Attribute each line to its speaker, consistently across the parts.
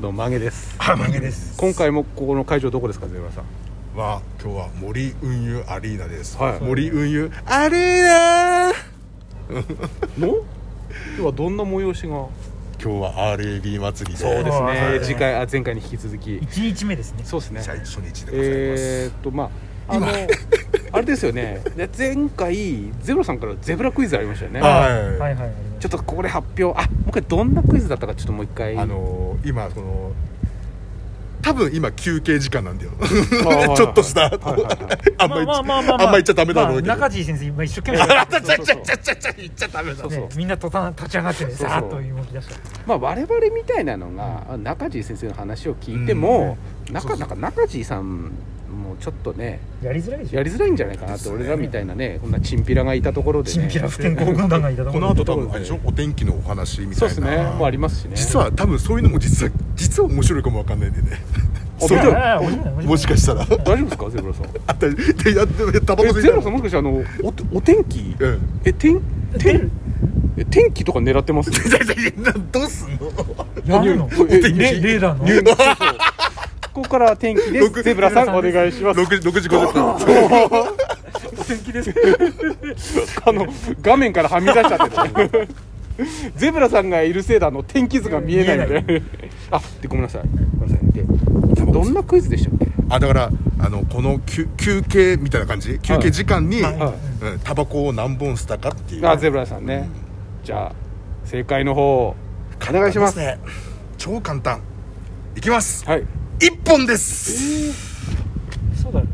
Speaker 1: の曲げです
Speaker 2: あ曲げです
Speaker 1: 今回もここの会場どこですかゼブラさん
Speaker 2: は今日は森運輸アリーナです、
Speaker 1: はい
Speaker 2: 森運輸アリーナ
Speaker 1: の今日はどんな催しが
Speaker 2: 今日は RAB 祭りで
Speaker 1: そうです
Speaker 3: はい
Speaker 1: ね次回あ前回に引き続き
Speaker 3: 一日目ですね
Speaker 1: そうですね
Speaker 2: 最初日でございます、
Speaker 1: えーっとまああのあれですよねで前回ゼブラさんからゼブラクイズありましたよね
Speaker 2: はい、
Speaker 3: はいはいあります
Speaker 1: ちょっとここで発表あもう一回どんなクイズだったかちょっともう一回
Speaker 2: あのー今この多分今休憩時間なんだよ
Speaker 1: ー
Speaker 2: ちょっとし
Speaker 1: は
Speaker 2: た、
Speaker 1: いはいはい
Speaker 2: あんまり、
Speaker 3: まあまあまあまあ
Speaker 2: あんま言っちゃダメだろうけど、
Speaker 3: まあ中地先生今一生懸命やって
Speaker 2: あ
Speaker 3: ま
Speaker 2: ちゃ
Speaker 3: す
Speaker 2: ちゃちゃちゃちゃ言っちゃダメだ
Speaker 1: そうそう
Speaker 3: ねみんなとた立ち上がってね
Speaker 1: そうそう
Speaker 3: さーっと動き出した
Speaker 1: まあ、我々みたいなのが、中地先生の話を聞いても、なかなか中地さんもちょっとね
Speaker 3: やりづらいでしょ
Speaker 1: やりづらいんじゃないかなって、
Speaker 2: そうです
Speaker 1: 俺
Speaker 2: ね
Speaker 1: らみたいなねこんなチンピラがいたところで
Speaker 3: チン
Speaker 1: ね
Speaker 3: ピラ不健康軍団がいたとこ
Speaker 2: この
Speaker 3: ろ
Speaker 2: 後多分あれでしょお天気のお話みたいな
Speaker 1: そうですねもうありますしね
Speaker 2: 実は多分そういうのも実は実は面白いかもわかんないんでね
Speaker 1: あ
Speaker 2: それ
Speaker 1: 見た
Speaker 3: ああ面白い面白い
Speaker 2: もしかしたら
Speaker 1: 大丈夫ですかゼブラさん
Speaker 2: あたでやってタバコ
Speaker 1: え
Speaker 2: 吸
Speaker 1: ゼ
Speaker 2: いた
Speaker 1: ブラさんもしかしてあのおお天気、
Speaker 2: うん
Speaker 1: え天天え天気とか狙ってます
Speaker 2: いやいやいやどうすんの
Speaker 3: やるの
Speaker 1: え
Speaker 3: レレーダーの
Speaker 1: 入そうそうここから天気で
Speaker 2: 僕
Speaker 1: すゼブラさんお
Speaker 3: ゼブラさんです
Speaker 1: 願いします
Speaker 2: 6時6時50分
Speaker 3: お天気です
Speaker 1: あの画面からはみ出しちゃってるゼブラさんがいるせいであの天気図が見えないの
Speaker 3: 見
Speaker 1: であでごめんなさいごめんなさいでどんなクイズでしたっけ
Speaker 2: あだからあのこの休休憩みたいな感じ休憩時間に、
Speaker 1: は
Speaker 2: うんタバコを何本吸ったかっていう
Speaker 1: あゼブラさんねじゃあ正解の方をお願いします
Speaker 2: ね超簡単いきます
Speaker 1: はい
Speaker 2: 一本です
Speaker 3: そうだよ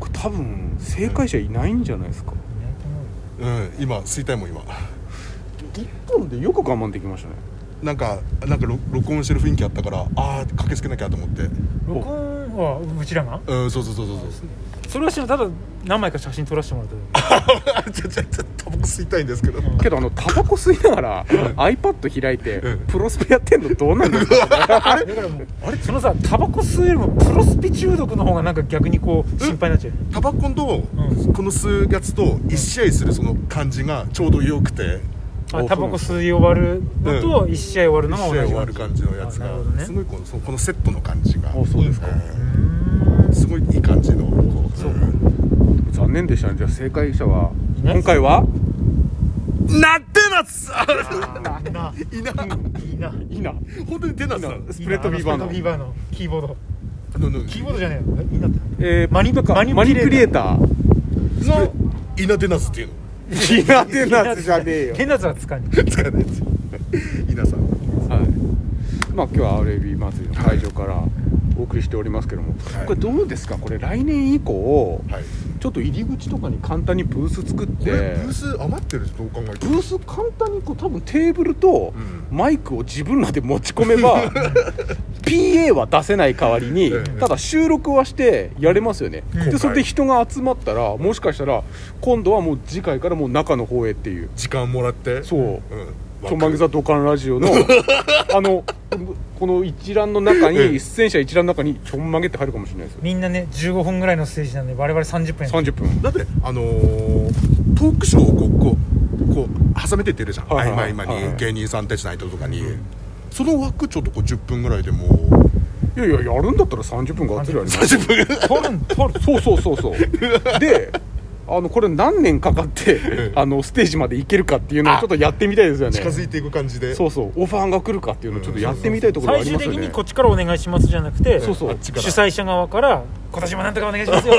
Speaker 1: これ多分正解者いないんじゃないですか
Speaker 2: うん今吸いたいもん今
Speaker 1: 1本でよく我慢できましたね
Speaker 2: なんかなんか録録音してる雰囲気あったからああ駆けつけなきゃと思って
Speaker 3: 録音はうちらが
Speaker 2: うんそうそうそうそうそう
Speaker 3: それは知らんただ何枚か写真撮らせてもらっただけ
Speaker 2: あちょちょちょタバコ吸いたいんですけど
Speaker 1: けどあのタバコ吸いながら iPad 開いて
Speaker 2: うん
Speaker 1: プロスペやってんのどうなんですか
Speaker 3: だからもうあれそのさタバコ吸うよりもプロスピ中毒の方がなんか逆にこう心配になっちゃう
Speaker 2: タバコと
Speaker 3: う
Speaker 2: この吸うやつと1試合するその感じがちょうど良くて
Speaker 3: あタバコ吸い終わるのと1試合終わる
Speaker 2: 1
Speaker 3: のが同
Speaker 2: 試合
Speaker 3: じ
Speaker 2: 終わる感じのやつ
Speaker 3: あな
Speaker 2: が
Speaker 3: るほどね
Speaker 2: すごいこのそのこのセットの感じが
Speaker 1: あそうですか
Speaker 2: うんすごいいい感じのこううん
Speaker 1: 残念でしたねじゃあ正解者はい
Speaker 3: ない
Speaker 1: 今回は
Speaker 2: なってな つ
Speaker 3: いいない
Speaker 2: な本
Speaker 3: いいな
Speaker 1: イナ
Speaker 2: 当に出なつなの
Speaker 1: スプレッドビーバーの
Speaker 3: スプレッドビーバーのキーボード
Speaker 2: のの
Speaker 3: キーボードじゃねえよえいいなって
Speaker 1: えー
Speaker 3: マニ
Speaker 1: なんか
Speaker 3: マニ
Speaker 1: マニクリエイター
Speaker 2: のいなでなつっていうの
Speaker 1: イナテナツじゃねえよ
Speaker 3: 変なやつはつかんね
Speaker 2: 使わないですよいなさん
Speaker 1: はいまあ今日は RAB 祭りの会場からお送りしておりますけども、
Speaker 2: はい
Speaker 1: これどうですかこれ来年以降
Speaker 2: はい
Speaker 1: ちょっと入り口とかに簡単にブース作っ
Speaker 2: こ
Speaker 1: て
Speaker 2: れブース余ってるじゃんどう考えて
Speaker 1: ブ
Speaker 2: も
Speaker 1: ース簡単にこう多分テーブルと
Speaker 2: うん
Speaker 1: マイクを自分らで持ち込め ば PA は出せない代わりに
Speaker 2: うん
Speaker 1: ただ収録はしてやれますよね
Speaker 3: うん
Speaker 1: でそれで人が集まったらもしかしたら今度はもう次回からもう中の方へっていう
Speaker 2: 時間もらって
Speaker 1: そう
Speaker 2: うん
Speaker 1: 「ちょんまげ座土管ラジ オの」あのこの一覧の中
Speaker 2: うん
Speaker 1: に出演者一覧の中に「ちょんまげ」って入るかもしれないですよ
Speaker 3: みんなね15分ぐらいのステージなんで我々30分や
Speaker 1: 30分
Speaker 2: だってあのートークショーをこうこうこう挟めてってるじゃん、
Speaker 1: はいはい
Speaker 2: 合
Speaker 1: は
Speaker 2: 間合
Speaker 1: い
Speaker 2: 間
Speaker 1: はい
Speaker 2: に芸人さんたちの間とかに、
Speaker 1: うん
Speaker 2: その枠ちょっとこう10分ぐらいでも う
Speaker 1: いやいややるんだったら30分がっつりあります
Speaker 2: 30分
Speaker 3: 撮るん撮る
Speaker 1: そうそうそうそうであのこれ何年かかって
Speaker 2: うん
Speaker 1: あのステージまで行けるかっていうのをちょっとやってみたいですよね
Speaker 2: 近づいていく感じで
Speaker 1: そうそうオファーが来るかっていうのをちょっとやってみたいところはあ
Speaker 3: 最
Speaker 1: り
Speaker 3: 終
Speaker 1: ます
Speaker 3: 的
Speaker 1: よね
Speaker 3: にこっちからお願いしますじゃなくて
Speaker 1: そうそう
Speaker 2: あっち
Speaker 3: 主
Speaker 2: から
Speaker 3: 催者側から今年もなんとかお願いしますよ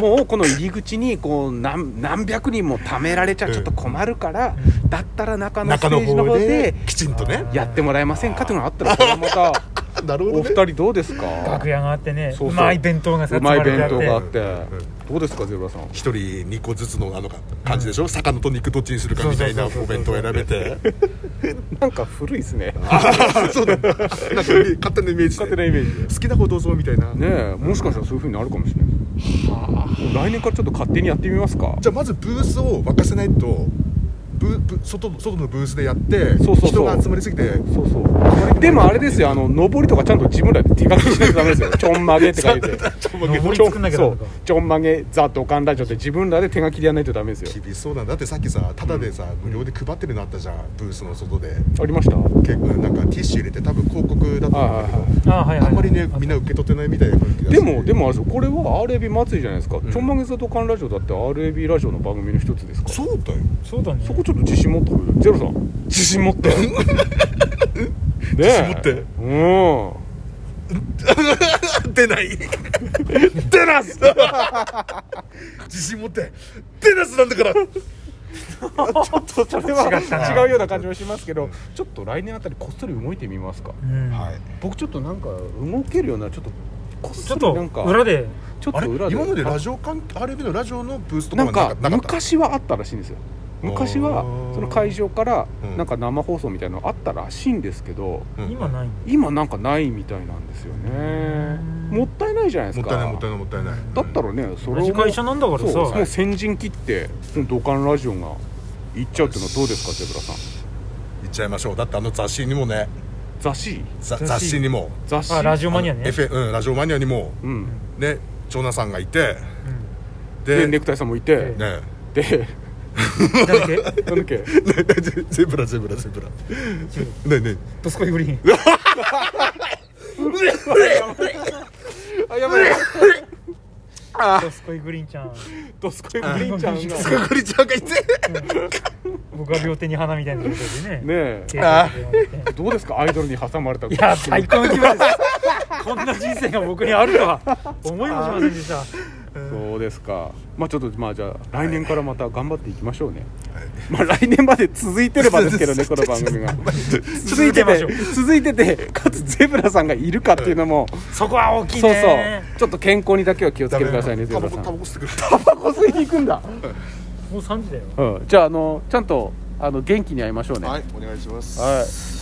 Speaker 1: もうこの入り口にこう何何百人も貯められちゃ
Speaker 2: うん
Speaker 1: ちょっと困るからだったら中のステ
Speaker 2: 中の
Speaker 1: ージの
Speaker 2: 方
Speaker 1: 方
Speaker 2: で
Speaker 1: で
Speaker 2: きちんとね
Speaker 1: やってもらえませんかっていうのがあったらこれまた
Speaker 2: なる
Speaker 1: お
Speaker 2: ほど
Speaker 1: 二
Speaker 2: ね
Speaker 1: 人どうですか
Speaker 3: 楽屋があってね
Speaker 1: そうそう
Speaker 3: うまい弁当がさ
Speaker 1: うまい弁当
Speaker 3: 積
Speaker 1: があ
Speaker 3: まれてあっ
Speaker 1: ってどうですかゼブラさん
Speaker 2: 一人2個ずつのあのか感じでしょ、魚と肉どっちにするかみたいなお
Speaker 3: そうそうそうそう
Speaker 2: 弁当を選べて
Speaker 1: なんか古いですね
Speaker 2: そうだなんか勝手なイメージで
Speaker 1: 勝手なイメージで
Speaker 2: 好きな方どうぞみたいな、
Speaker 1: ねえもしかしたらそういうふうになるかもしれない来年からちょっと勝手にやってみますか
Speaker 2: じゃあまずブースを沸かせないとブブ外外のブースでやって
Speaker 1: そうそうそう
Speaker 2: 人が集まりすぎて
Speaker 1: そうそうでもあれですよあの上りとかちゃんと自分らで手書きしないとダメですよちょんまげって書いて
Speaker 3: 上り
Speaker 1: ちょ
Speaker 3: 作んなきゃダ
Speaker 1: そう
Speaker 3: メか
Speaker 1: ちょんまげザ・ドカンラジオって自分らで手書きでやらないとダメですよ
Speaker 2: 厳しそうだなだってさっきさタダでさ、無料で配ってるのあったじゃんブースの外で
Speaker 1: ありました
Speaker 2: 結構なんかティッシュ入れて多分広告だと思うんだけど、
Speaker 1: はいはい
Speaker 3: あはいはい
Speaker 2: あんまりねみんな受け取ってないみたいな雰囲気だし
Speaker 1: でもでもあれですよこれは RAB 祭りじゃないですか、
Speaker 2: ん
Speaker 1: ちょんまげザ・ドカンラジオだって RAB ラジオの番組の一つですから
Speaker 2: そうだよ
Speaker 3: そうだね
Speaker 1: そこちょっと自信持ってくれるゼロさん自信持ってねえ
Speaker 2: 自信持って
Speaker 1: うん
Speaker 2: 出ない
Speaker 1: 出なす
Speaker 2: 自信持って出なすなんだから
Speaker 1: ちょっとそれは
Speaker 3: 違ったな
Speaker 1: 違うような感じもしますけどちょっと来年あたりこっそり動いてみますか
Speaker 3: うん
Speaker 2: はい
Speaker 1: 僕ちょっとなんか動けるようなちょっとこっ
Speaker 3: ち
Speaker 1: そ
Speaker 3: ょっ
Speaker 1: りなんか
Speaker 3: と裏で
Speaker 1: ちょっ
Speaker 2: あ
Speaker 1: と裏
Speaker 2: れ
Speaker 1: で
Speaker 2: 今までラジオ関 RB のラジオのブースとか
Speaker 1: な
Speaker 2: は
Speaker 1: ん
Speaker 2: なか
Speaker 1: か
Speaker 2: った
Speaker 1: 昔はあったらしいんですよ昔
Speaker 2: あ
Speaker 1: は
Speaker 2: ー
Speaker 1: その会場から
Speaker 2: うん
Speaker 1: なんか生放送みたいなのあったらしいんですけど
Speaker 2: うん
Speaker 3: 今ないん
Speaker 1: 今なんかないみたいなんですよね
Speaker 3: うん
Speaker 1: もったいないじゃないです
Speaker 2: もっ
Speaker 1: か
Speaker 2: たいないもったいないもったいない
Speaker 1: だったらねそれ
Speaker 3: だ
Speaker 1: を
Speaker 3: 同じ会社なんだから
Speaker 1: そうもう
Speaker 3: さ
Speaker 1: 先陣切って土管ラジオが行っちゃうっていうのはどうですかゼブラさん
Speaker 2: いっちゃいましょうだってあの雑誌にもね
Speaker 1: 雑誌
Speaker 2: ざ
Speaker 3: 雑誌
Speaker 2: 雑誌にも
Speaker 1: 雑誌
Speaker 3: あラジオマ
Speaker 2: あ
Speaker 3: ニア
Speaker 2: の
Speaker 3: ね
Speaker 2: FA うんラジオマニアにも
Speaker 1: うん
Speaker 2: ね長男さんがいて
Speaker 3: うん
Speaker 1: で
Speaker 2: で
Speaker 1: ネ
Speaker 2: ね
Speaker 1: クタイさんもいて
Speaker 2: ね
Speaker 1: で
Speaker 3: 誰で
Speaker 1: なんだっけ
Speaker 2: ゼブラゼブラゼブラねね
Speaker 3: どすこいぶりに
Speaker 1: あやばい
Speaker 3: ドスコイグリーンちゃん
Speaker 1: ドスコイブリンちゃんが
Speaker 2: スカグリちゃんがいて
Speaker 3: 僕は両手に花みたいな状態でね
Speaker 1: ね
Speaker 3: 手
Speaker 1: え
Speaker 3: を挙げて
Speaker 1: どうですかアイドルに挟まれた
Speaker 3: いや最高の気分ですこんな人生が僕にあるとは思いもしませんでした
Speaker 1: そうですかまあちょっとまあじゃあ来年からまた頑張っていきましょうね、まあ来年まで続いてればですけ どねこの番組が続いてて
Speaker 3: 続けま
Speaker 1: 続いててかつゼブラさんがいるかっていうのも、
Speaker 3: そこは大きい
Speaker 1: そうそう
Speaker 3: ね
Speaker 1: ちょっと健康にだけは気をつけてくださいねゼ
Speaker 2: タ
Speaker 1: ブ
Speaker 2: バ
Speaker 1: ラさん
Speaker 2: コタバコ吸ってくる
Speaker 1: タバコ吸いに行くんだ、
Speaker 3: もう3時だよ
Speaker 1: うん、じゃああのちゃんとあの元気に会いましょうね
Speaker 2: はいお願いします
Speaker 1: はい